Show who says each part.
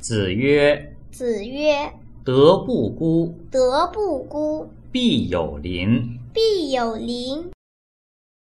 Speaker 1: 子曰
Speaker 2: 子曰：“
Speaker 1: 德不孤，：“
Speaker 2: 德不孤，
Speaker 1: 必有邻。”
Speaker 2: 必有邻。”